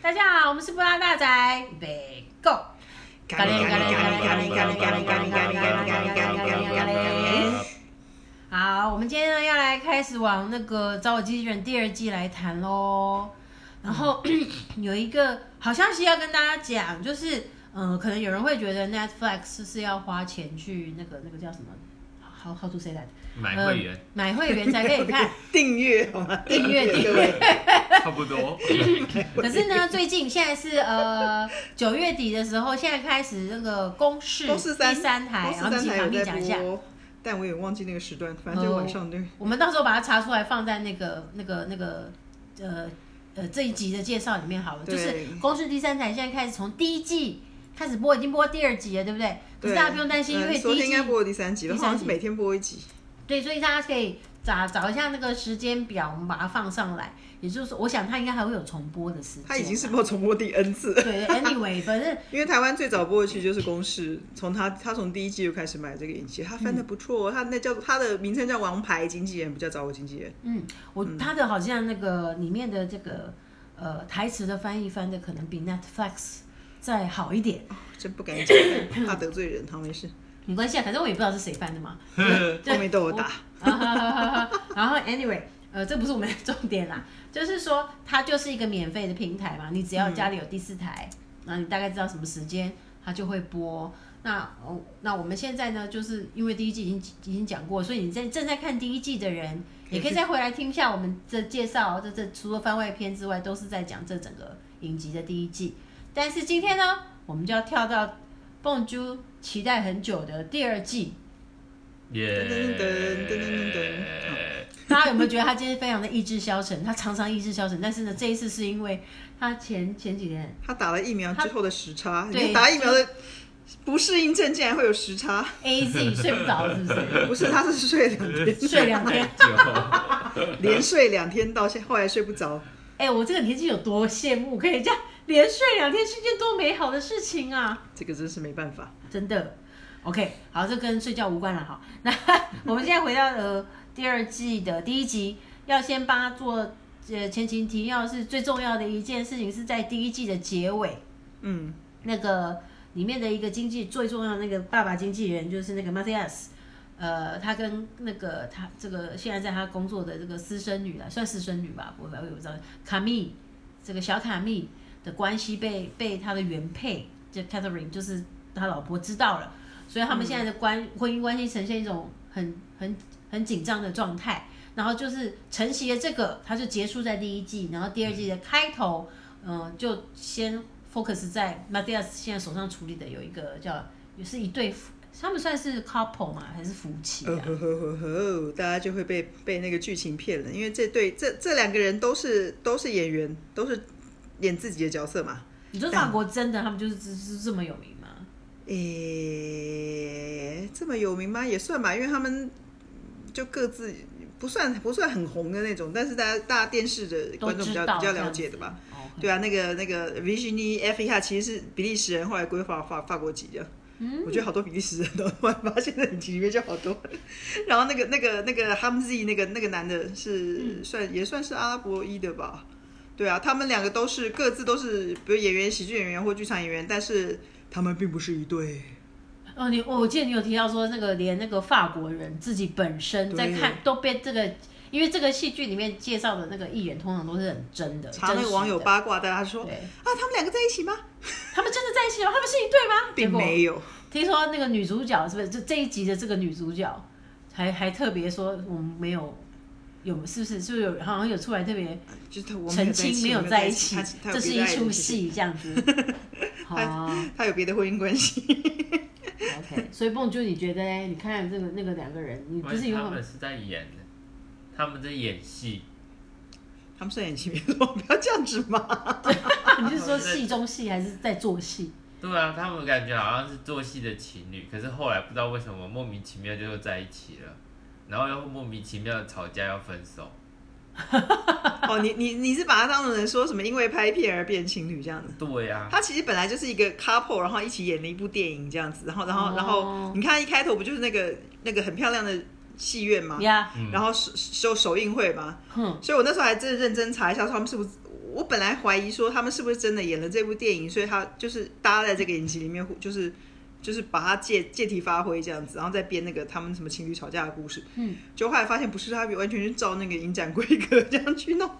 大家好，我们是布拉大宅北购。咖喱咖喱咖喱咖喱咖喱咖喱咖喱咖喱咖喱咖喱咖喱咖喱咖喱。好，我们今天呢要来开始往那个《找我机器人》第二季来谈喽。然后、 有一个好消息要跟大家讲，就是嗯、呃可能有人会觉得 Netflix 是不是要花钱去那个那个叫什么？How How to say that？呃买会员、买会员才可以 看。订阅好吗？订阅各位。差不多，可是呢，最近现在是呃九月底的时候，现在开始那个公视公视三第三台，然后公司请三台旁边讲一有在下。播，但我也忘记那个时段，反正就晚上对。我们到时候把它查出来，放在那个、那个、那个，呃呃，这一集的介绍里面好了。对就是《公视第三台》现在开始从第一季开始播，已经播第二集了，对不对？可对是大家不用担心，因为嗯第昨一天应该季播了第三集了，第好三像是集每天播一集。对，所以大家可以找找一下那个时间表，我们把它放上来。也就是说，我想它应该还会有重播的时间啊。它已经是播重播第 N 次了，对对，anyway，反 正因为台湾最早播的其实就是公视，从它它从第一季就开始买这个影集，它翻的不错、哦，它那叫它的名称叫《王牌经纪人》，不叫《找我经纪人》。嗯，我他的好像那个里面的这个呃台词的翻译翻的可能比 Netflix 再好一点。真不敢讲，怕得罪人。好，没事，没关系啊，反正我也不知道是谁翻的嘛。后面都有打。啊 然后 anyway，呃，这不是我们的重点啦，就是说它就是一个免费的平台嘛，你只要家里有第四台，然后你大概知道什么时间它就会播。那哦，那我们现在呢，就是因为第一季已经已经讲过，所以你在正在看第一季的人，也可以再回来听一下我们的介绍。哦这这除了番外篇之外，都是在讲这整个影集的第一季。但是今天呢，我们就要跳到蹦珠期待很久的第二季。噔耶！噔噔噔噔噔大家有没有觉得他今天非常的意志消沉？他常常意志消沉，但是呢，这一次是因为他前前几天他打了疫苗之后的时差，对你打疫苗的不适应症竟然会有时差， A Z 睡不着，是不 是？不是他是睡两天，睡两天。连睡两天到现后来睡不着，哎、我这个年纪有多羡慕，可以这样连睡两天是件多美好的事情啊！这个真是没办法。真的。OK，好，这跟睡觉无关了哈。 那我们现在回到呃第二季的第一集，要先帮他做呃前情提要是最重要的一件事情是在第一季的结尾，嗯，那个里面的一个经济最重要的那个爸爸经纪人就是那个 Matthias，呃，他跟那个他这个现在在他工作的这个私生女啊，算私生女吧，我我也不知道，卡密这个小卡密的关系被被他的原配就 Catherine 就是他老婆知道了，所以他们现在的关、婚姻关系呈现一种很很很紧张的状态。然后就是承袭了这个，它就结束在第一季，然后第二季的开头，嗯、就先 focus 在 Matias 现在手上处理的有一个叫，也是一对夫，他们算是 couple 嘛，还是夫妻哦啊？吼吼吼吼，大家就会被被那个剧情骗了，因为这对这这两个人都是都是演员，都是演自己的角色嘛。你说法国真的他们就是就是这么有名吗？诶，这么有名吗？也算吧，因为他们就各自不算不算很红的那种，但是大家大家电视的都观众比知较道比较这样了解的子吧。。哦对啊，那个那个 Virginie F 亚其实是比利时人，后来规划法法国籍的。嗯，我觉得好多比利时人都 突然发现在影集里面就好多。 然后那个那个那个 Hamzi 那个那个男的是、嗯算也算是阿拉伯裔的吧？对啊，他们两个都是各自都是，比如演员、喜剧演员或剧场演员，但是他们并不是一对。哦，你我记得你有提到说那个连那个法国人自己本身在对看都被这个，因为这个戏剧里面介绍的那个艺人通常都是很真的，查那真个实网友的八卦，大家说啊，对，他们两个在一起吗？他们真的在一起了吗？他们是一对吗？并结果没有。听说那个女主角是不是这这一集的这个女主角还还特别说我们没有有是不是是不是有好像有出来特别就是他我们澄清没有在一起他，他有这是别一的爱人出，戏哦这样子。 好他有别的婚姻关系。 ，OK。所以蹦就你觉得嘞？你看这个那个两个人，你不是因有为他们是在演，他们在演戏，他们算演戏没错，不要这样子嘛。 你是说戏中戏还是在做戏？对啊，他们感觉好像是做戏的情侣，可是后来不知道为什么莫名其妙就又在一起了，然后又莫名其妙的吵架要分手，哦，你你你是把它当成说什么因为拍片而变情侣这样子？对呀、啊，他其实本来就是一个 couple，然后一起演了一部电影这样子，然后然后、哦然后你看一开头不就是那个那个很漂亮的戏院吗？呀，嗯然后首首首映会嘛，哼，嗯所以我那时候还真的认真查一下，说他们是不是我本来怀疑说他们是不是真的演了这部电影，所以他就是搭在这个影集里面，就是就是把它借借题发挥这样子，然后再编那个他们什么情侣吵架的故事。嗯，就后来发现不是，他完全是照那个影展规格这样去弄，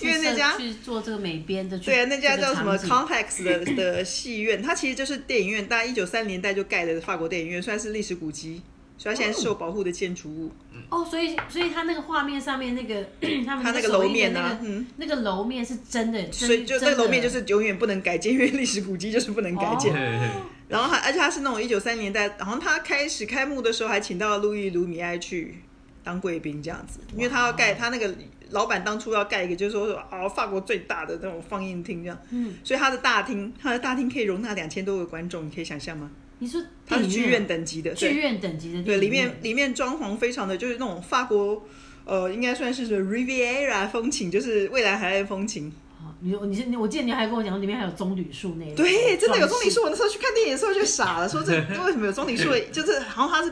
因为 那家去设去做这个美编的去，对啊，那家这个叫什么场景 Complex 的的戏院，它其实就是电影院，大概一九三零年代就盖的法国电影院，算是历史古迹，所以它现在是受保护的建筑物。哦，所以所以他那个画面上面那个 他哦们它那个首楼映的面那啊，个嗯，那个楼面是真的，所以就那真个的楼面就是永远不能改建，因为历史古迹就是不能改建。哦然后还而且它是那种一九三零年代，好像他开始开幕的时候还请到了路易·卢米埃去当贵宾这样子，因为他要盖他那个老板当初要盖一个，就是说说哦法国最大的那种放映厅这样，嗯，所以他的大厅他的大厅可以容纳两千多个观众，你可以想象吗？你说它是电影剧院等级的，嗯剧对院等级的电对，里影面里面装潢非常的就是那种法国。呃，应该算是什么 Riviera 风情，就是未来海岸风情。哦你你是你，我记得你还跟我讲里面还有棕榈树那一类对，真的有棕榈装树。饰。我那时候去看电影的时候就傻了， 说这为什么有棕榈树？就是好像它是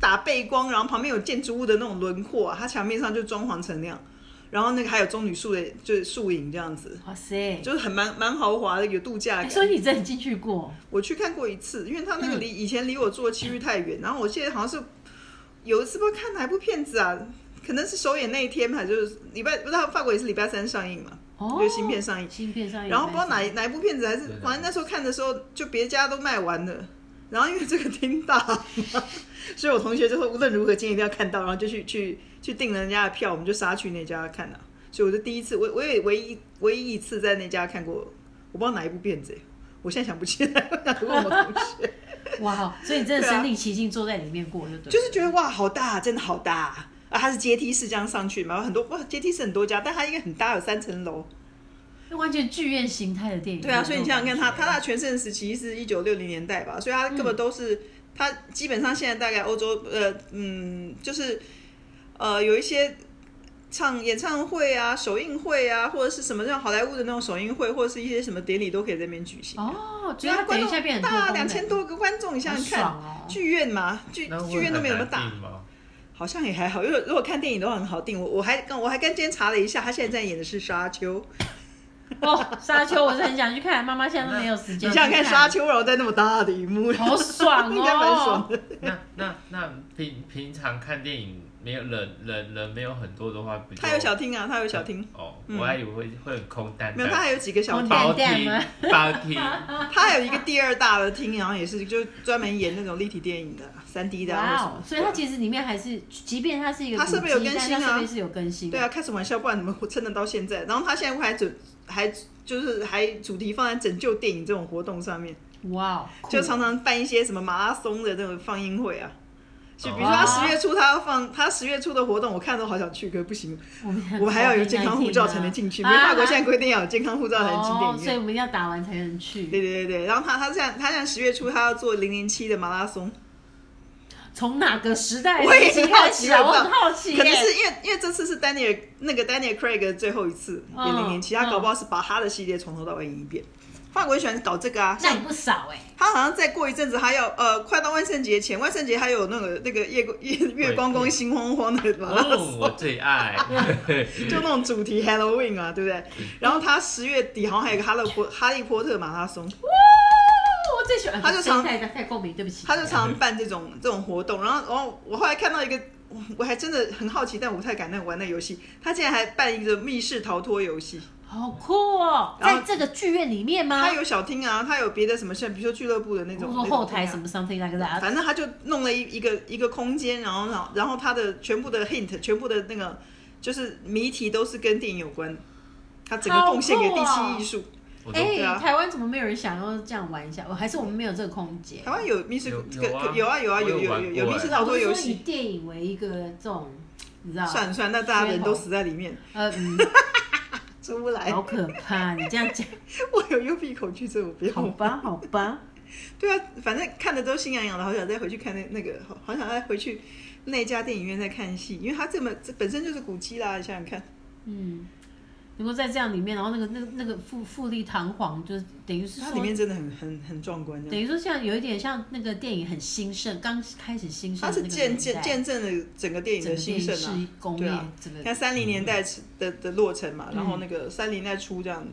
打背光，然后旁边有建筑物的那种轮廓、啊，它墙面上就装潢成那样。然后那个还有棕榈树的，就是树影这样子，哇塞！就是很蛮蛮豪华的，有度假哎感。所以你嗯真的进去过？我去看过一次，因为他那个离、以前离我住的区域太远，然后我记得好像是有一次不知道看哪一部片子啊，可能是首演那一天吧，就是礼拜，不知道法国也是礼拜三上映嘛，哦，就新片上映，新片上映，然后不知道哪一哪一部片子还是对，反正那时候看的时候就别家都卖完了，然后因为这个厅大，所以我同学就说无论如何今天一定要看到，然后就去去去订了人家的票，我们就杀去那家看了、所以我就第一次，我我也唯一唯一一次在那家看过，我不知道哪一部片子、欸我现在想不起来，我想问我同 学，哇，所以你真的对啊身临其境坐在里面过，就对了，就是觉得哇，好大，真的好大啊！啊它是阶梯式这样上去嘛，很多哇，阶梯式很多家，但它一个很大，有三层楼，就完全剧院形态的电影。对啊，所以你想想看他，那他他种的全盛时期是一九六零年代吧，所以他根本都是、他基本上现在大概欧洲呃嗯就是呃有一些唱演唱会啊、首映会啊，或者是什么像好莱坞的那种首映会，或者是一些什么典礼都可以在那边举行。感觉哦，所所以以它它啊观等一众下变很大，多两千多多个观众，你想想看，哦。剧院嘛，剧那会不会剧院都没有那么很大难，定吗？好像也还好。因为如果看电影的话很好定，我我还刚我还刚今天查了一下，他现在在演的是《沙丘》，哦，沙丘，我是很想去看，妈妈现在都没有时你间。想想看《沙，丘》，然后在那么大的荧幕，好爽哦， 应该蛮爽的。那那那平平常看电影没有人人人没有很多的话，不就他有小厅啊，他有小厅，哦，嗯我还以为会会很空荡没有，荡。他还有几个小空厅，荡包蛋蛋厅吗包 厅，他还有一个第二大的厅，然后也是就专门演那种立体电影的三 D 的啊哇或者哦！什所以它么其实里面还是，即便它是一个它古迹，设备有更新啊但它设备是有更新对的。啊，开什么玩笑，不然怎么撑得到现在？然后他现在还准还就是还主题放在拯救电影这种活动上面，哇哦，酷就常常办一些什么马拉松的那种放映会啊。就比如说哇他十哦月初他要放他十月初的活动，我看都好想去，可是不行，我们我们还要有健康护照才能进 啊去。因为法国现在规定要有健康护照才能进电哦影，所以院。我们一定要打完才能去。对对对对，然后他他现在他现在十月初他要做零零七的马拉 松，从哪个时代我也已经很好开奇始啊？我我也很好奇耶，可能是因为因为这次是丹尼尔那个丹尼尔 Craig 的最后一次演零零七，他嗯搞不好是把他的系列从头到尾演一遍。法国人喜欢搞这个啊，那像也不少哎。他好像再过一阵子，他要呃快到万圣节前，万圣节还有那个那个夜夜月光光心慌慌的马拉哦，松，我最爱。就那种主题 Halloween 啊，对不对？然后他十月底好像还有一个哈利波哈利波特马拉松，我最喜欢，他就常太太太共鸣，对不起。他就常常办这种这种活动，然后然后我后来看到一个，我我还真的很好奇，但我不太敢那玩那游戏。他竟然还办一个密室逃脱游戏，好酷哦，然后在这个剧院里面吗他？有小厅啊，他有别的什么像比如说俱乐部的那或者种说后台什。那种厅啊么 something like that？反正他就弄了一一个一个空间，然后然后然后他的全部的 hint，全部的那个就是谜题都是跟电影有关，他整个好贡献给酷第哦七艺术。我都哎、对啊台湾怎么没有人想要这样玩一下？我还是我们没有这个空间。台湾有密室有这个有啊有啊有啊有我有有玩有有过密哎室逃脱游我是说以戏，电影为一个这种，你知道？算了算了，那大家人都死在里面，呃，嗯，出不来好。可怕！你这样 讲，我有幽闭恐惧症，我不要好玩。吧，好吧。对啊，反正看的都心痒痒的，好想再回去看那那个，好好想再回去那家电影院再看戏，因为它这么这本身就是古迹啦，你想想看，嗯，能够在这样里面，然后那个那个那个富富丽堂皇，就是等于是它说里面真的很很很壮观这等样。于说，像有一点像那个电影很兴盛，刚开始兴盛它的是那个见年见代，见证了整个电影整个的电兴影盛是啊！工对业啊这你个看三零年代的的落成嘛，然后嗯那个三零年代初这样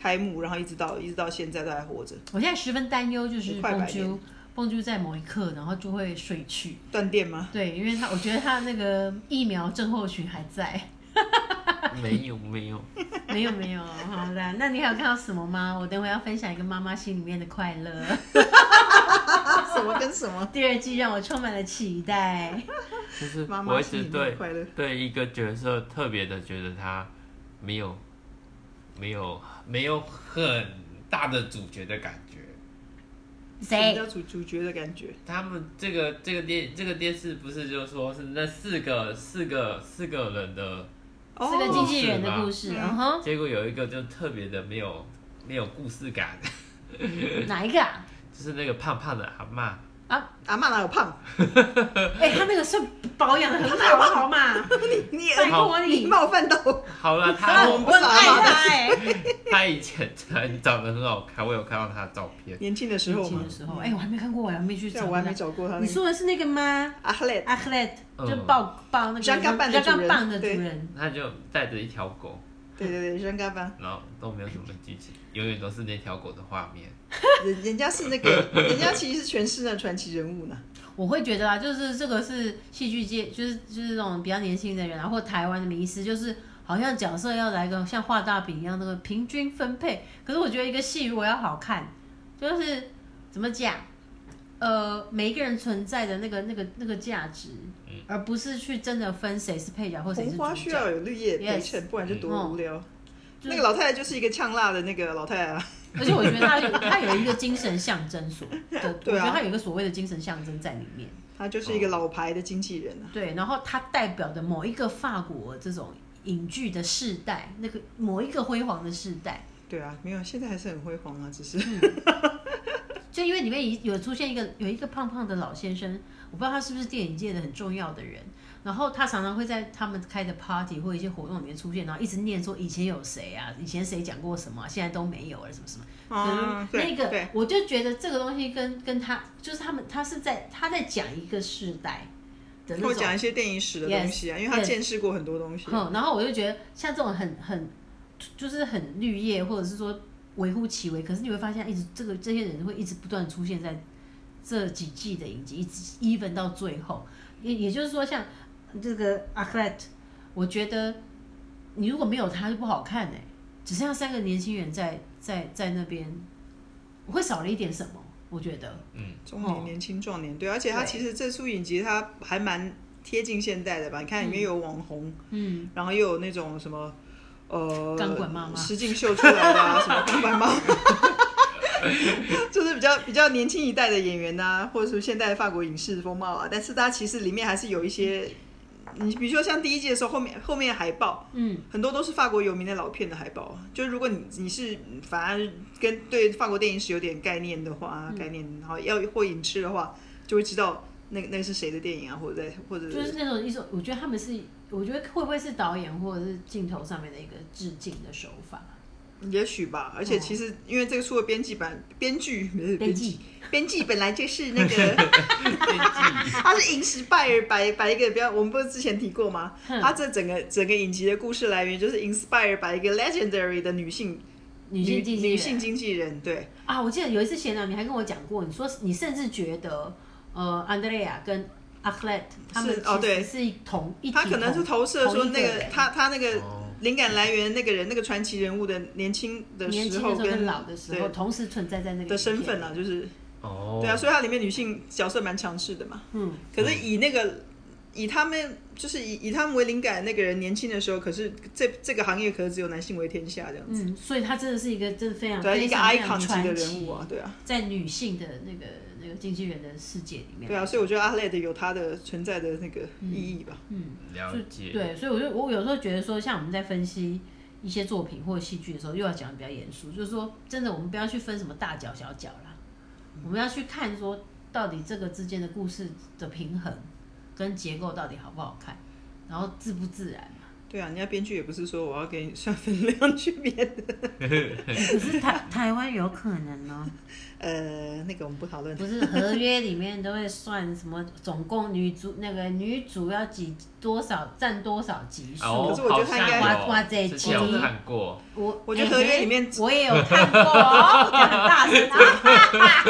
开幕，然后一直到一直到现在都还活着，我现在十分担忧，就是快蹦百年珠蹦珠在某一刻，然后就会睡去。断电吗？对，因为他我觉得他那个疫苗症候群还 在。 没有没有，没有没有，好啦，那你还有看到什么吗？我等会要分享一个妈妈心里面的快乐。 啊什么跟什么？第二季让我充满了期待。就是妈我妈一心里直面的对快乐。对一个角色特别的觉得他没有没有没有很大的主角的感觉。比谁较？主主角的感觉，他们这个这个电这个电视不是就说是那四个四个四个人的，四个经哦，纪人的故是事，吗嗯哼， 结果有一个就特别的没有没有故事感， 嗯哪一个啊？就是那个胖胖的阿嬷，阿妈哪有胖？ 哎、他那个算保养的很好，好 嘛？你拜托好哎你你，冒犯到我，好了，啊 他我们我很爱他哎、他以前长得很好看，我有看到他的照片，年轻的时年候轻嘛的，时候，哎、我还没看过，我还没去对，找我还没呢。找过他你那个说的是那个吗？阿赫雷，阿克莱特嗯就抱抱那个 Jagga 棒的主人刚棒的主对人，他就带着一条狗，对对对，山嘎 巴，然后都没有什么剧情，永远都是那条狗的画面。人人家是那个，人家其实是全市的传奇人物呢。我会觉得啊，就是这个是戏剧界，就是就是那种比较年轻的人啊，或台湾的迷失，就是好像角色要来个像画大饼一样那个平均分配。可是我觉得一个戏如果要好看，就是怎么讲，呃，每一个人存在的那个那个那个价值，而不是去真的分谁是配角或谁红是花啊主需角。嗯要有绿叶陪衬，不然就多无聊。那个老太太就是一个呛辣的那个老太太啊，而且我觉得它有它有一个精神象征 所的，对我啊觉得它有一个所谓的精神象征在里面。她就是一哦个老牌的经纪人啊。对，然后它代表的某一个法国这种影剧的世代，那个某一个辉煌的世代，对啊，没有，现在还是很辉煌啊，只是就因为里面有出现一个有一个胖胖的老先生，我不知道他是不是电影界的很重要的人，然后他常常会在他们开的 party 或一些活动里面出现，然后一直念说以前有谁啊，以前谁讲过什么啊、现在都没有了，什么什么。啊，对那个对，我就觉得这个东西跟跟他就是他们他是在他在讲一个世代的那跟我种讲一些电影史的东西啊，因为她见识过很多东西。啊嗯，然后我就觉得像这种很很就是很绿叶，或者是说微乎其微，可是你会发现一直这个这些人会一直不断出现在这几季的影集，一直 even 到最后。也也就是说，像这个阿克莱特，我觉得你如果没有他就不好看哎、只剩下三个年轻人在在在那边，会少了一点什么，我觉得。中哦年、年轻、壮年，对，而且他其实这出影集它还蛮贴近现代的吧？你看里面有网红，嗯，然后又有那种什么，呃，钢管妈妈石敬秀出来 的啊，什么钢管妈妈， 就是比较比较年轻一代的演员呐、或者说现代的法国影视风貌啊。但是它其实里面还是有一些，你比如说像第一季的时候，后面后面海报，嗯，很多都是法国有名的老片的海报。啊就如果你你是反而跟对法国电影史有点概念的话，嗯概念然后要或影痴的话，就会知道那那个是谁的电影啊，或者在或者就是那种一种，我觉得他们是，我觉得会不会是导演或者是镜头上面的一个致敬的手法？也许吧。而且其实因为这个出了编辑版，编剧不是哦编编辑辑编剧本来就是那 个。他是影史拜尔白白一个，不要，我们不是之前提过吗？哼他这整个整个影集的故事来源就是 inspire 白一个 legendary 的女性女性经纪人女性经纪人，对，啊，我记得有一次闲聊，你还跟我讲过，你说你甚至觉得，呃，安德烈亚跟阿克莱特他们是哦其实对是同一体他可能是投射说同一那个人他他那个哦灵感来源那个人那个传奇人物的年轻的年时轻的候时候跟老的时候对同时存在在那个的身份啊，啊，就是哦，对啊，所以它里面女性角色蛮强势的嘛。嗯，可是以那个以他们就是以以他们为灵感的那个人年轻的时候，可是这这个行业可是只有男性为天下这样子，嗯，所以他真的是一个真的非常对啊，非一个常非常 icon 级的传人奇物啊，对啊。在女性的那个那个经纪人的世界里面，对啊，所以我觉得阿 l e d 有它的存在的那个嗯意义吧。了就解，对，所以我就我有时候觉得说，像我们在分析一些作品或戏剧的时候，又要讲得比较严肃，就是说真的，我们不要去分什么大角小角啦，我们要去看说到底这个之间的 故事的平衡跟结构到底好不好看，然后自不自然嘛。对啊，人家编剧也不是说我要给你算分量 去编的。可是台台湾有可能哦，呃，那个我们不讨论。不是合约里面都会算什么总共女主那个女主要几多少占多少集数。哦，可是我觉得好他像应该有哇这一之前集有看过，我哎我觉得合约里面我也有看过哦，讲很大声啊，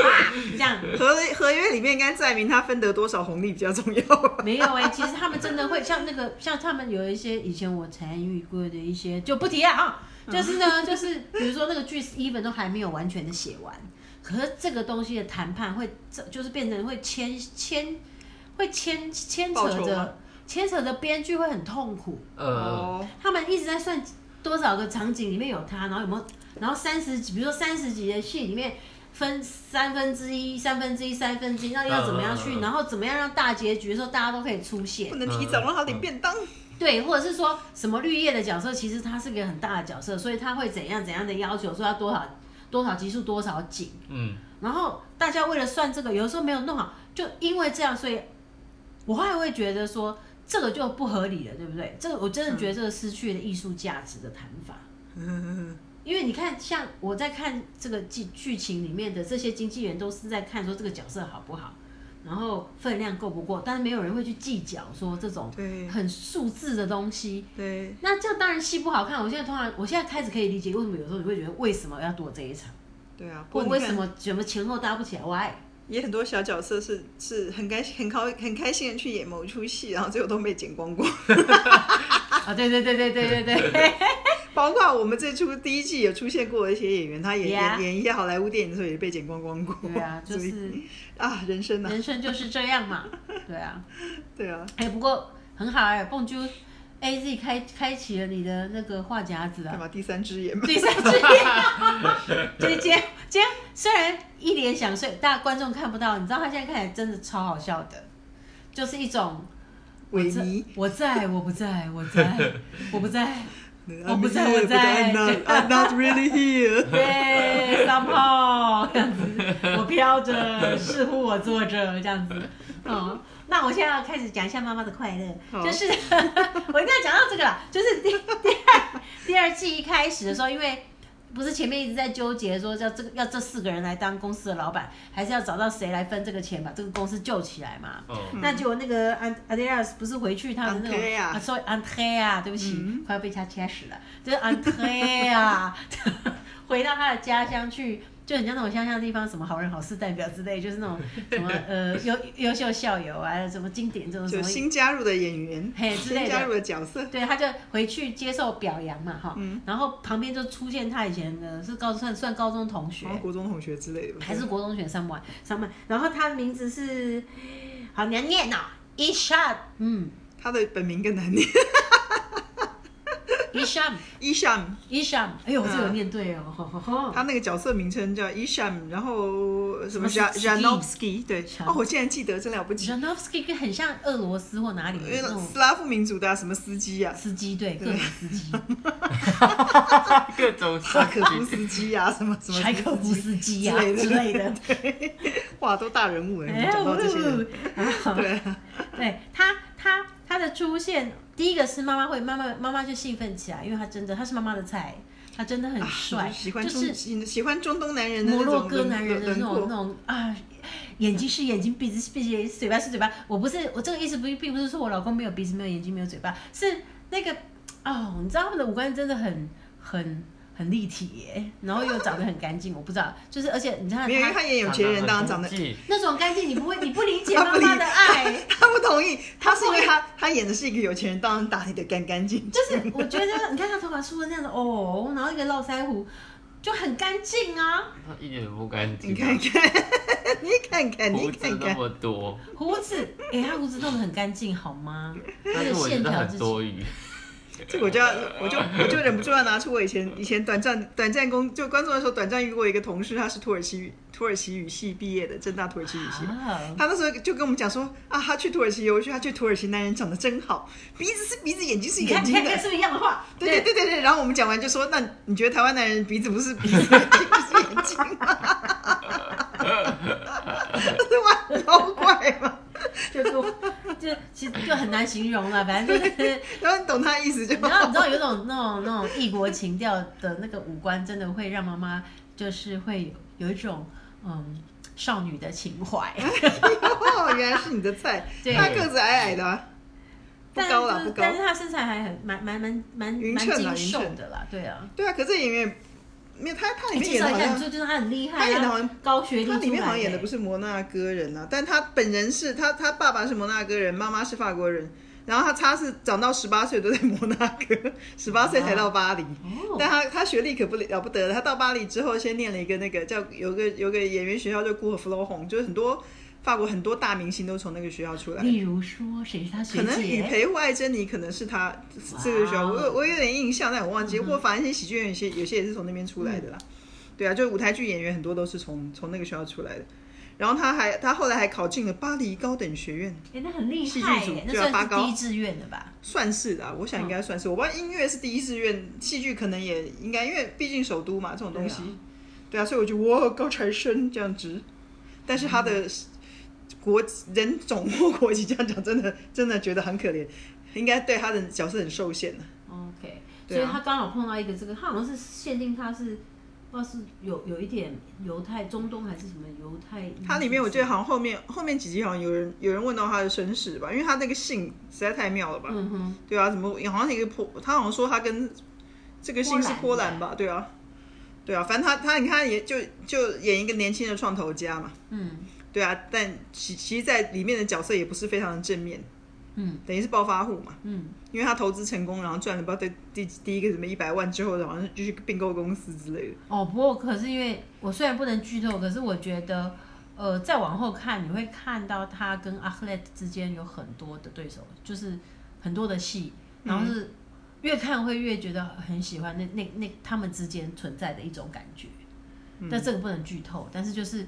这样合合约里面应该载明他分得多少红利比较重要吧？没有哎、其实他们真的会像那个，像他们有一些以前我参与过的一些，就不提了啊。嗯就是呢，就是比如说那个剧 even 都还没有完全的写完，可是这个东西的谈判会，这就是变成会牵牵，会牵牵扯报酬吗着牵扯着编剧会很痛苦，哦呃，，他们一直在算多少个场景里面有他，然后有没有，然后三十几，比如说三十集的戏里面分三分之一、三分之一、三分之一，那要怎么样去，嗯嗯嗯嗯然后怎么样让大结局的时候大家都可以出现不，能提早让他领便当。 对，或者是说什么绿叶的角色，其实他是个很大的角色，所以他会怎样怎样的要求，说要多少多少集数多少景， 嗯，然后大家为了算这个，有的时候没有弄好，就因为这样，所以我后来会觉得说这个就不合理了，对不对？这个我真的觉得这个失去了艺术价值的谈法。因为你看，像我在看这个剧剧情里面的这些经纪人，都是在看说这个角色好不好，然后分量够不够，但是没有人会去计较说这种对很数字的东西。对，那这样当然戏不好看。我现在通常，我现在开始可以理解为什么有时候你会觉得为什么要躲这一场，对啊。不或过为你什看，么怎么前后搭不起来，why？也很多小角色是是很开心、很开很开心的去演某一出戏，然后最后都被剪光 光。 啊，对对对对对对啊对，包括我们这出第一季有出现过的一些演员，他演 Yeah 演演一些好莱坞电影的时候也被剪光光过。对 啊，就所以是啊，人生啊，人生就是这样嘛，对啊。对啊，哎，不过很好哎、蹦啾 A Z 开开启了你的那个话匣子干啊。嘛第三只 眼嘛？ 第三只眼，就是 今天今天虽然一脸想睡，大家观众看不到，你知道他现在看起来真的超好笑的，就是一种萎靡。我在我不在我在我不在，我不 I'm 在 here, 我在。but I'm not, I'm not really here 对，三炮这样子，我飘着，似乎我坐着这样子。嗯，那我现在要开始讲一下妈妈的快乐，好就是 我一定要讲到这个啦，就是第第二第二季一开始的时候，因为。不是前面一直在纠结说要这个要这四个人来当公司的老板，还是要找到谁来分这个钱把这个公司救起来嘛？哦，那结果那个安阿德亚斯不是回去他的那种嗯 Andrea 嗯啊，说 a n d r e a 对不起，快要被他掐死了，就是 a n d r e a 回到他的家乡去，就很像那种乡下地方，什么好人好事代表之类，就是那种什 么呃优优秀校友啊，什么经典这种什就么。新加入的演员，嘿之类新的加入的角色，对，他就回去接受表扬嘛，哈、嗯然后旁边就出现他以前的是高算算高中同学好，像国中同学之类的吧，哦还是国中选上班上班，然后他名字是好难念哦 i s h a 嗯他的本名更难念 i s h a ，Isham， Isham，哎呦，我这有念对哦，吼吼吼嗯他那个角色名称叫 Isham，然后什么什么 Ja- Janovsky，对，哦，我竟然记得，真了不起， Janovsky 跟很像俄罗斯或哪里的因为那种斯拉夫民族的啊什么司机啊，司机，对，各种司 机，各种塔可夫斯基啊，什么什么柴可夫斯基呀之之类类 的。哇，都大人物哎，讲到这些人，哦对啊， 对他，他他的出现，第一个是妈妈会，妈妈妈妈就兴奋起来，因为他真的他是妈妈的菜，他真的很啊帅，喜欢就中是喜欢中东男人的摩那洛种哥男人的那种轮那廓，种啊，眼睛是眼睛，鼻子是鼻子，嘴巴是嘴巴。我不是我这个意思不是，并不是说我老公没有鼻子、没有眼睛、没有嘴巴，是那个哦，你知道他们的五官真的很很很立体耶，然后又长得很干净。我不知道，就是而且你看没有，因为他他演有钱人，当然长得那种干净，你不会你不理解妈妈的爱。 他不同意，他是因为他他演的是一个有钱人，当然打理的干干净 净。就是我觉得你看他头发梳的那样子哦，然后一个络腮胡就很干净啊，他一点都不干净 你看啊，看，你看看，你胡子看那看，么多，胡子哎、他胡子弄得很干净好吗？但是我觉线得条很之多余。这个我就要，我就我就忍不住要拿出我以前以前短暂短暂工就观众的时候短暂遇过一个同事，他是土耳其语土耳其语系毕业的，正大土耳其语系。啊，他那时候就跟我们讲说啊，他去土耳其游学，他觉得土耳其男人长得真好，鼻子是鼻子，眼睛是你看眼你睛看的看。是不是一样的话？对对对对对，然后我们讲完就说，那你觉得台湾男人鼻子 不是鼻子，眼睛不是眼睛吗？ 这是玩妖怪吗？就是我就是其实就很难形容了，反正就是， 然后你懂他的意思就然后你知道有种那种那种异国情调的那个五官，真的会让妈妈就是会有一种嗯少女的情怀，哎 哦， 原来是你的菜。对他个子矮矮的啊，不但高啦，是不高但。是她身材还很蛮蛮蛮蛮匀蛮称啊精匀瘦称的啦，对啊。对啊，可是演员没有他，他里你介面演绍的一下，好像你说就是她很厉害、啊，她演得好像高学历出他来，里面好像演的不是摩纳哥人啊，但他本人是他他爸爸是摩纳哥人，妈妈是法国人，然后他他是长到十八岁都在摩纳哥， 十八岁才到巴黎。哦，但他他学历可不了不得了，他到巴黎之后先念了一个那个叫有个有个演员学校叫古尔弗罗红，就是很多法国很多大明星都从那个学校出来。例如说谁是她学可能姐，李培或艾珍妮可能是他是这个学校，哇我哦嗯有我有点印象，但我忘记。或反正一些喜剧演员有些有些也是从那边出来的啦。对啊，就舞台剧演员很多都是从从那个学校出来的。然后他还他后来还考进了巴黎高等学院，哎、那很厉戏剧害组耶，那就要算拔是高第一志愿的吧？算是的啊、我想应该算是。我不知道音乐是第一志愿，戏剧可能也应该，因为毕竟首都嘛，这种东西。对啊，所以我就哇高材生这样子，但是他的国人种或国籍这样讲，真的真的觉得很可怜，应该对他的角色很受限的。 OK，所对啊以他刚好碰到一个这个，他好像是限定他是，不知道是有有一点犹太中东还是什么犹太裔，它里面我记得好像后面后面几集好像有人有人问到他的身世吧，因为他那个姓实在太妙了吧？嗯哼，对啊，怎么好像一个波，他好像说他跟这个姓是波兰吧？对啊，对啊，反正他他你看也就就演一个年轻的创投家嘛，嗯对啊，但其其实在里面的角色也不是非常的正面，嗯，等于是暴发户嘛。嗯，因为他投资成功，然后赚了不知道第第第一个什么一百万之后，好像就去并购公司之类的。哦，不过可是因为我虽然不能剧透，可是我觉得。呃，再往后看，你会看到他跟阿克莱特之间有很多的对手，就是很多的戏，然后嗯是越看会越觉得很喜欢那那那他们之间存在的一种感觉。嗯但这个不能剧透，但是就是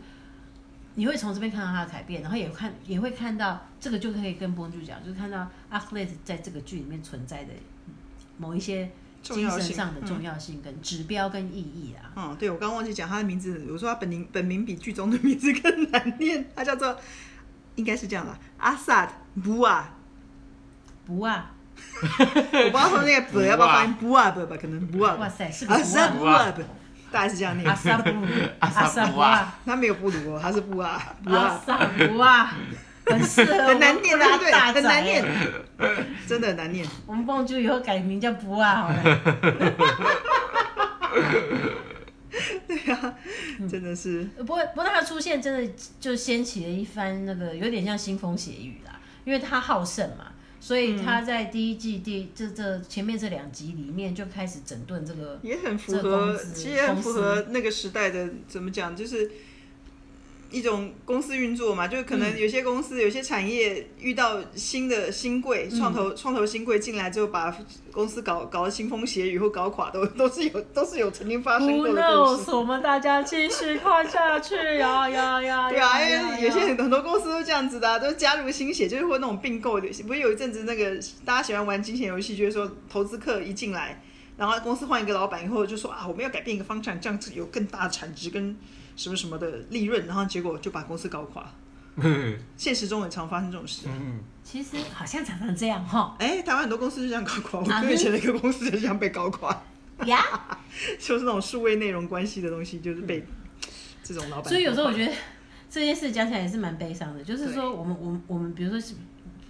你会从这边看到他的改变，然后也看也会看到这个就可以跟崩剧讲，就是看到阿克莱特在这个剧里面存在的某一些重精要神性上的嗯重要性跟指标跟意义啊。嗯，对，我刚忘记讲他的名字，我说他本名本名比剧中的名字更难念，他叫做应该是这样啦，阿萨德布啊，不啊，我不知道说那个布不啊要不要发音布啊不吧，可能布啊，哇塞，是个阿不萨啊，布啊不，大概是这样 阿念，萨布，阿萨布啊，他没有布鲁哦，他是布啊布阿啊，萨布啊，很适合 很难念的我啊，们大仔对，很 难念，真的很难念。我们蹦剧以后改名叫不啊好了。 嗯真的是，不过，不过他的出现真的就掀起了一番那个有点像腥风血雨啦，因为他好胜嘛，所以他在第一季第这这前面这两集里面就开始整顿这个，也很符这个公合，司其实也很符公合那个时代的怎么讲，就是一种公司运作嘛，就是可嗯能有些公司、有些产业遇到新的新贵、创投嗯创投新贵进来之后，把公司搞搞得腥风血雨或搞垮都都是有都是有曾经发生不过的故事 knows，。我们大家继续看下去呀呀呀！对啊，因哎呀为有些很多公司都这样子的、啊，都加入新血，就是会那种并购的。不是有一阵子那个大家喜欢玩金钱游戏，就是说投资客一进来，然后公司换一个老板以后，就说啊，我们要改变一个方向，这样子有更大的产值跟什么什么的利润，然后结果就把公司搞垮。现实中也常发生这种嗯事。其实好像常常这样哈哎，台湾很多公司就这样搞垮，我啊哥以前的一个公司就这样被搞垮，呀， 就是那种数位内容关系的东西，就是被这种老板。嗯所以有时候我觉得这件事讲起来也是蛮悲伤的，就是说我们我们我们比如说是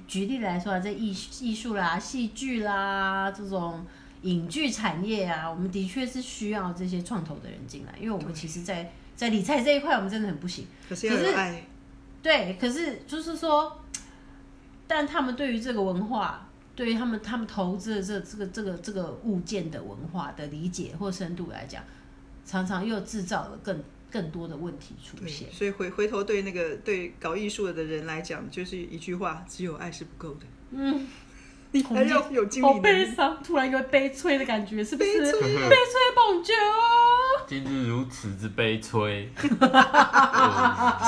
举例来说啊，在艺艺术啦、戏剧啦这种影剧产业啊，我们的确是需要这些创投的人进来，因为我们其实在，在理财这一块，我们真的很不行。可是要可有是爱，对，可是就是说，但他们对于这个文化，对于他们他们投资的这这个这个这个物件的文化的理解或深度来讲，常常又制造了更更多的问题出对，现。嗯所以回回头对那个对搞艺术的人来讲，就是一句话：只有爱是不够的。嗯，你还要有经理能力。伤，突然有悲催的感觉，是不悲催啊蹦酒哦。 今日如此之悲催，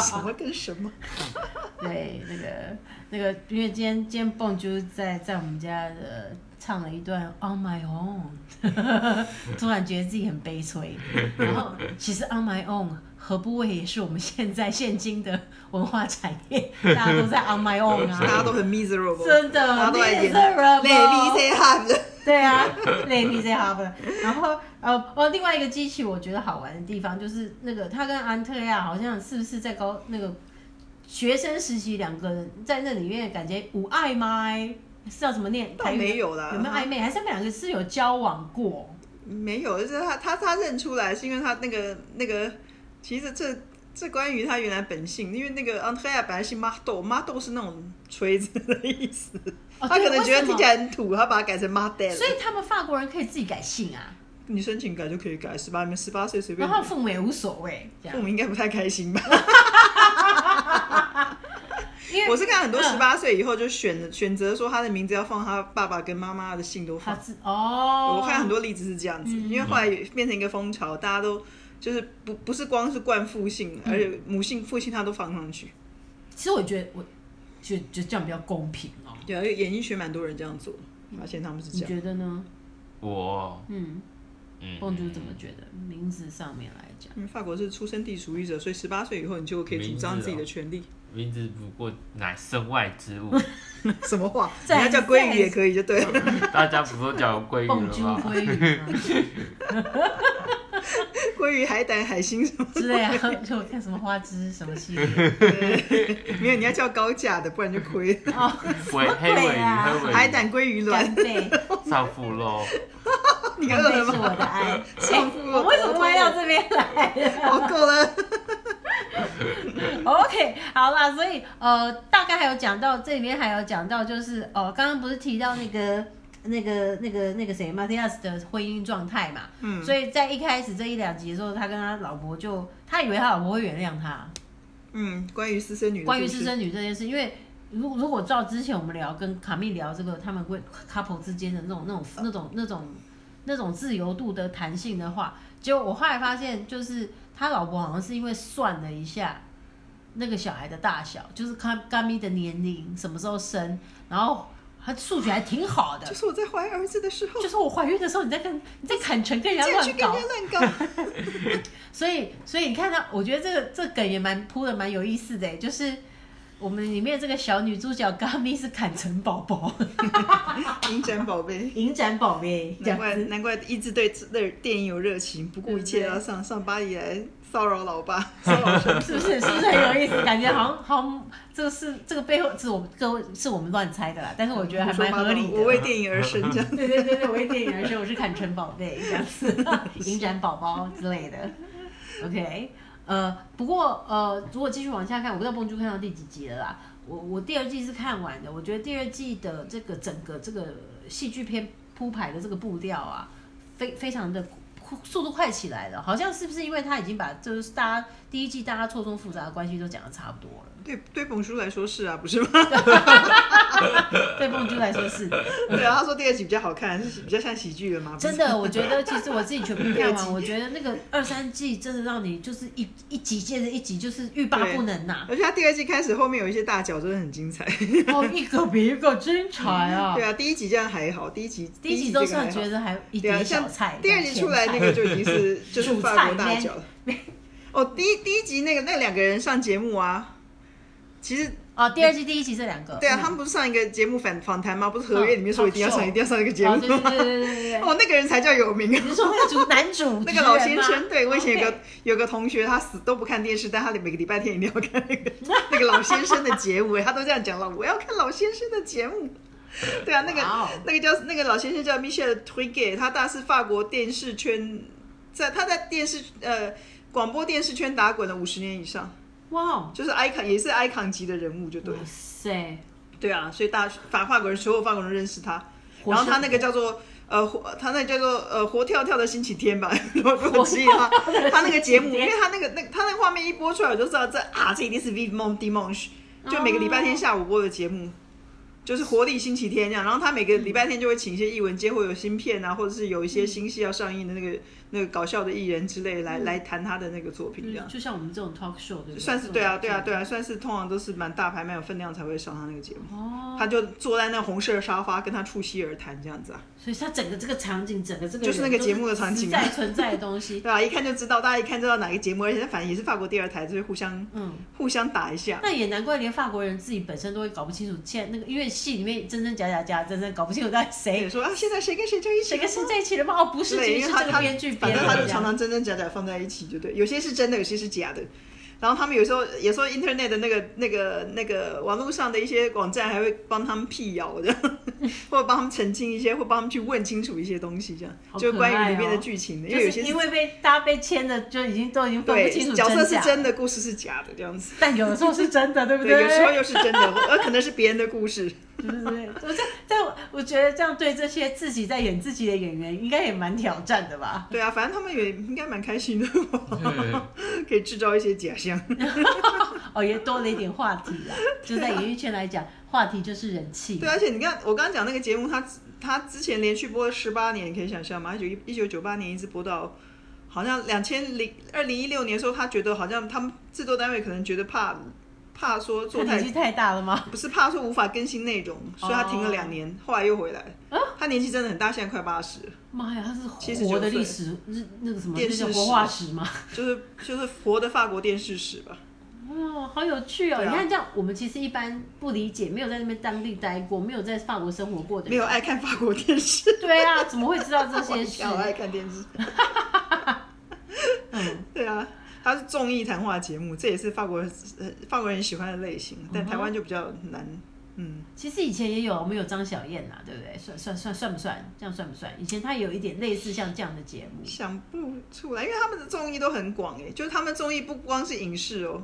什么跟什么？对，那个那个，因为今天今天蹦就在在我们家的呃唱了一段 On My Own，突 然觉得自己很悲 催。然后其实 On My Own 何不畏也是我们现在现今的文化产业，大家都在 On My Own 大家啊，都很 miserable，真大的家都在演 miserable Let me say hi 的 对啊，Let me say h a r 然后呃哦，另外一个机器我觉得好玩的地方就是那个他跟安特亚好像是不是在高那个学生时期两个人在那里面感觉无爱吗？是要怎么念？倒台语没有啦，有没有暧昧？还是他们两个是有交往过？没有，就是他他他认出来是因为他那个那个，其实这这关于他原来本性，因为那个 Andrea 本来是 m a d o m a d o 是那种锤子的意思，哦，他对可能觉为什得听么起来很土，他把它改成 m a d e 所以他们法国人可以自己改姓啊，你申请改就可以改，十八你们十八岁随便然改。后父母也无所谓，这样父，母应该不太开心吧？因为我是看很多嗯十八岁以后就选了选择说他的名字要放他爸爸跟妈妈的姓都他放。自哦，我看很多例子是这样子，嗯因为后来变成一个风潮，大家都就是不不是光是冠父姓，而嗯且母姓、父姓他都放上去。其实我觉得我觉觉得这样比较公平哦，对啊，因为演艺圈蛮多人这样做，发现他们是你这样。觉得呢？我嗯，嗯，蹦珠怎么觉得？名字上面来讲，因为法国是出生地主义者，所以十八岁以后你就可以主张自己的权利。 名字不过乃身外之物，什么话？人再家叫鲑鱼也可以，就对了。大家不都叫我鲑鱼蹦珠了吗？鲑鱼吗鲑鱼、海胆、海星什么？之类啊，就我看什么花枝什么系列没有，你要叫高价的，不然就亏。哦，尾黑尾对鱼、啊黑尾鱼、海胆、鲑鱼卵，干贝，上腹肉， 你干饿贝了是我吗？的爱。上腹我为什么歪到这边来了？ 好够了。 OK，好啦，所以呃，大概还有讲到这里面还有讲到，就是呃，刚刚不是提到那个那个那个那个谁 Matias 的婚姻状态嘛，嗯，所以在一开始这一两集的时候，他跟他老婆就他以为他老婆会原谅他，嗯，关于私生女的故事，关于私生女这件事，因为。如如果照之前我们聊跟卡蜜聊这个他们会 couple 之间的那种那种那种那种那种自由度的弹性的话，结果我后来发现，就是他老婆好像是因为算了一下那个小孩的大小，就是卡卡咪的年龄什么时候生，然后他数学还挺好的就，是我在怀儿子的时候，就是我怀孕的时候你在跟你在砍城跟人家竟然去乱跟人搞家，乱搞。所以，所以你看到，我觉得这个这梗也蛮铺的，蛮有意思的欸，就是我们里面这个小女主角 g 咪是砍成宝 宝， 银盏宝贝，银盏宝贝这难样怪子。难怪一直对对电影有热情，不顾一切对不对要上上巴黎来骚扰老 爸，骚扰兄弟。是不是是不是很有意思？感觉好像好像这个是这个背后是我们各位是我们乱猜的啦，但是我觉得还蛮合理我为的。电影而生，这样 对对对对，我也电影人生我是砍成宝贝这样子， 银盏宝宝之类的。OK，呃，不过呃，如果继续往下看，我不知道蹦珠看到第几集了啦。我我第二季是看完的，我觉得第二季的这个整个这个戏剧片铺排的这个步调啊，非非常的速度快起来了，好像是不是因为他已经把就是大家第一季大家错综复杂的关系都讲的差不多了，对对，本叔来说是啊，不是吗？对蹦珠来说是对啊，他说第二集比较好看，是比较像喜剧了 嘛？不嗯是真的，我觉得其实我自己全部 看完，我觉得那个二三季真的让你就是一一集接着一集，就是欲罢不能呐、而且他第二季开始后面有一些大脚，真的很精彩。 哦，一个比一个精彩啊！ 对啊，第一集这样还好，第一集第一集这都个是还好觉得还一对啊，碟像小菜，第二集出来那个就已经是就是主菜法国大脚了。哦，第一第一集那个那两个人上节目啊，其实哦，第二季第一集这两个，对啊，嗯他们不是上一个节目反访谈吗？不是合约里面说一定要上，嗯一定要上这个节目哦，对对吗？对对对对对， 哦，那个人才叫有名啊。你说那个主男主那个老先持人生，吗对我以前有个哦 OK 有个同学，他死都不看电视，但他每个礼拜天一定要看那个 那个老先生的节目，他都这样讲了，我要看老先生的节目。对啊，那个哇哦那个叫那个老先生叫 Michel t r i g u e t 他大是法国电视圈，在他在电视呃广播电视圈打滚了五十年以上，哇哦，就是 icon 也是 icon 级的人物，就对了哇。塞，对啊，所以大法法国人所有法国人认识他，活然后他生那个叫做呃活，他那个叫做呃活跳跳的星期 天吧，我我质疑他他那个节目，因为他那个那个他那个画面一播出来，我就知道这啊这一定是 Vive Mon Dimanche，就每个礼拜哦天下午播的节目。就是活力星期天这样，然后他每个礼拜天就会请一些艺文街会有新片啊，或者是有一些嗯新戏要上映的那个那个搞笑的艺人之类来、来谈他的那个作品这样。嗯就像我们这种 talk show 对不对？算是对啊，对啊，对啊。啊，算是通常都是蛮大牌、蛮有分量才会上他那个节目。哦，他就坐在那红色沙发跟他促膝而谈这样子啊，所以它整个这个场景，整个这个就是那个人都节目的场景实啊在存在的东西。对啊，一看就知道，大家一看知道哪个节目，而且反正也是法国第二台，就是互相嗯，互相打一下。那也难怪，连法国人自己本身都会搞不清楚，现在那个因为戏里面真真假假假真真，搞不清楚到底谁也说啊，现在谁跟谁就一起谁了跟谁在一起了吗？哦，不是，对，其因实为是他这个他编剧 反编的正这他样。就常常真真假假放在一起，就对，有些是真的，有些是假的。然后他们有时候有时候 internet 的那个那个那个网络上的一些网站还会帮他们辟谣的， 或者帮他们澄清一些，或帮他们去问清楚一些东西，这样、好可就关于里爱面哦的剧情的，因就为有是些因为被大家被牵的，就已经都已经分不清对楚角色假是真，的，故事是假的这样子，但有的时候是真的，对不对，有时候又是真的，呃，可能是别人的故事，对对对，我这但我我觉得这样对这些自己在演自己的演员，应该也蛮挑战的吧？对啊，反正他们也应该蛮开心的， 嗯可以制造一些假象，哦，也多了一点话题啦。就在演艺圈来讲，话题就是人气对，。而啊且你看，我刚刚讲那个节目，它它之前连续播了十八年，你可以想象吗？一九一九九八年一直播到好像两千零二零一六年的时候，他觉得好像他们制作单位可能觉得怕怕说他做年太纪太大了吗？不是怕说无法更新内容，所以他停了两哦年，后来又回来。啊他年纪真的很大，现在快八十，妈呀，他79是岁活的历史，那那个什么，电那视叫活化石 吗？就是就是活的法国电视史吧。哦，好有趣哦！对啊你看这样，我们其实一般不理解，没有在那边当地待过，没有在法国生活过的，没有。爱看法国电视，对啊，怎么会知道这 些事？好爱看电视。嗯，对啊，它是综艺谈话节目，这也是法国人呃法国人喜欢的类型，但嗯台湾就比较难。嗯，其实以前也有，我们有张小燕啊呐，对不对？算算算算不算？这样算不算？以前她有一点类似像这样的节目。想不出来，因为他们的综艺都很广哎、就是他们综艺不光是影视哦、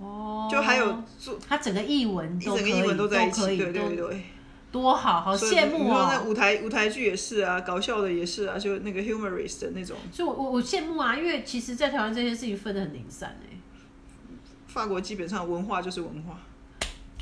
哦，就还有做他整个译文一都整可个以，英文都在一起，可以，对对都对。多好，好所以羡慕你说那哦。舞台舞台剧也是啊，搞笑的也是啊，就那个 humorist 的那种，所以我，我我羡慕啊，因为其实，在台湾这些事情分得很零散哎、法国基本上文化就是文化，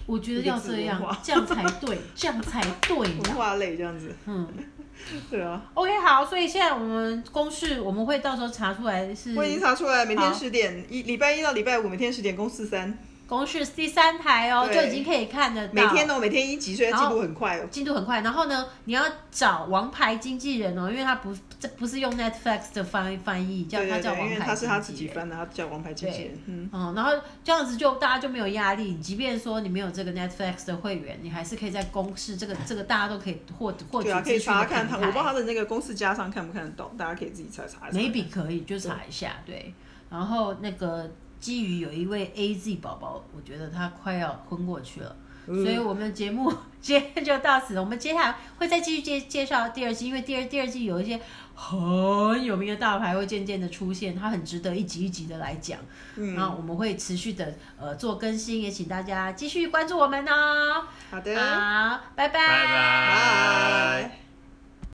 我觉得要这一个字文样化，这样才对，这样才对 文呀。化类这样子。嗯 对啊， ，OK，好，所以现在我们公式我们会到时候查出来是我已经查出来，每天好十点一礼拜一到礼拜五每天十点公四三，公式第三台哦，对就已经可以看得到。每天哦每天一集，所以它进步很快哦。进度很快，然后呢，你要找王牌经纪人哦，因为他不这不是用 Netflix 的翻翻译，叫对他对叫对，王因为牌他是他自经纪己人翻的，他叫王牌经纪人。嗯，嗯，然后这样子就大家就没有压力，即便说你没有这个 Netflix 的会员，你还是可以在公示这个这个大家都可以获获取对啊，可以资讯查的看平他，我不知道他台的那个公式加上看不看得到，大家可以自己查查。 ，maybe 可以就查一下，对。然后那个基于有一位 AZ 宝宝，我觉得他快要昏过去了。嗯所以我们节目 今天就到此了，我们接下来会再继续介介绍第二季，因为第二第二季有一些很有名的大牌会渐渐的出现，它很值得一集一集的来讲。嗯那我们会持续的呃做更新，也请大家继续关注我们哦。好的，好，拜拜，拜拜。拜。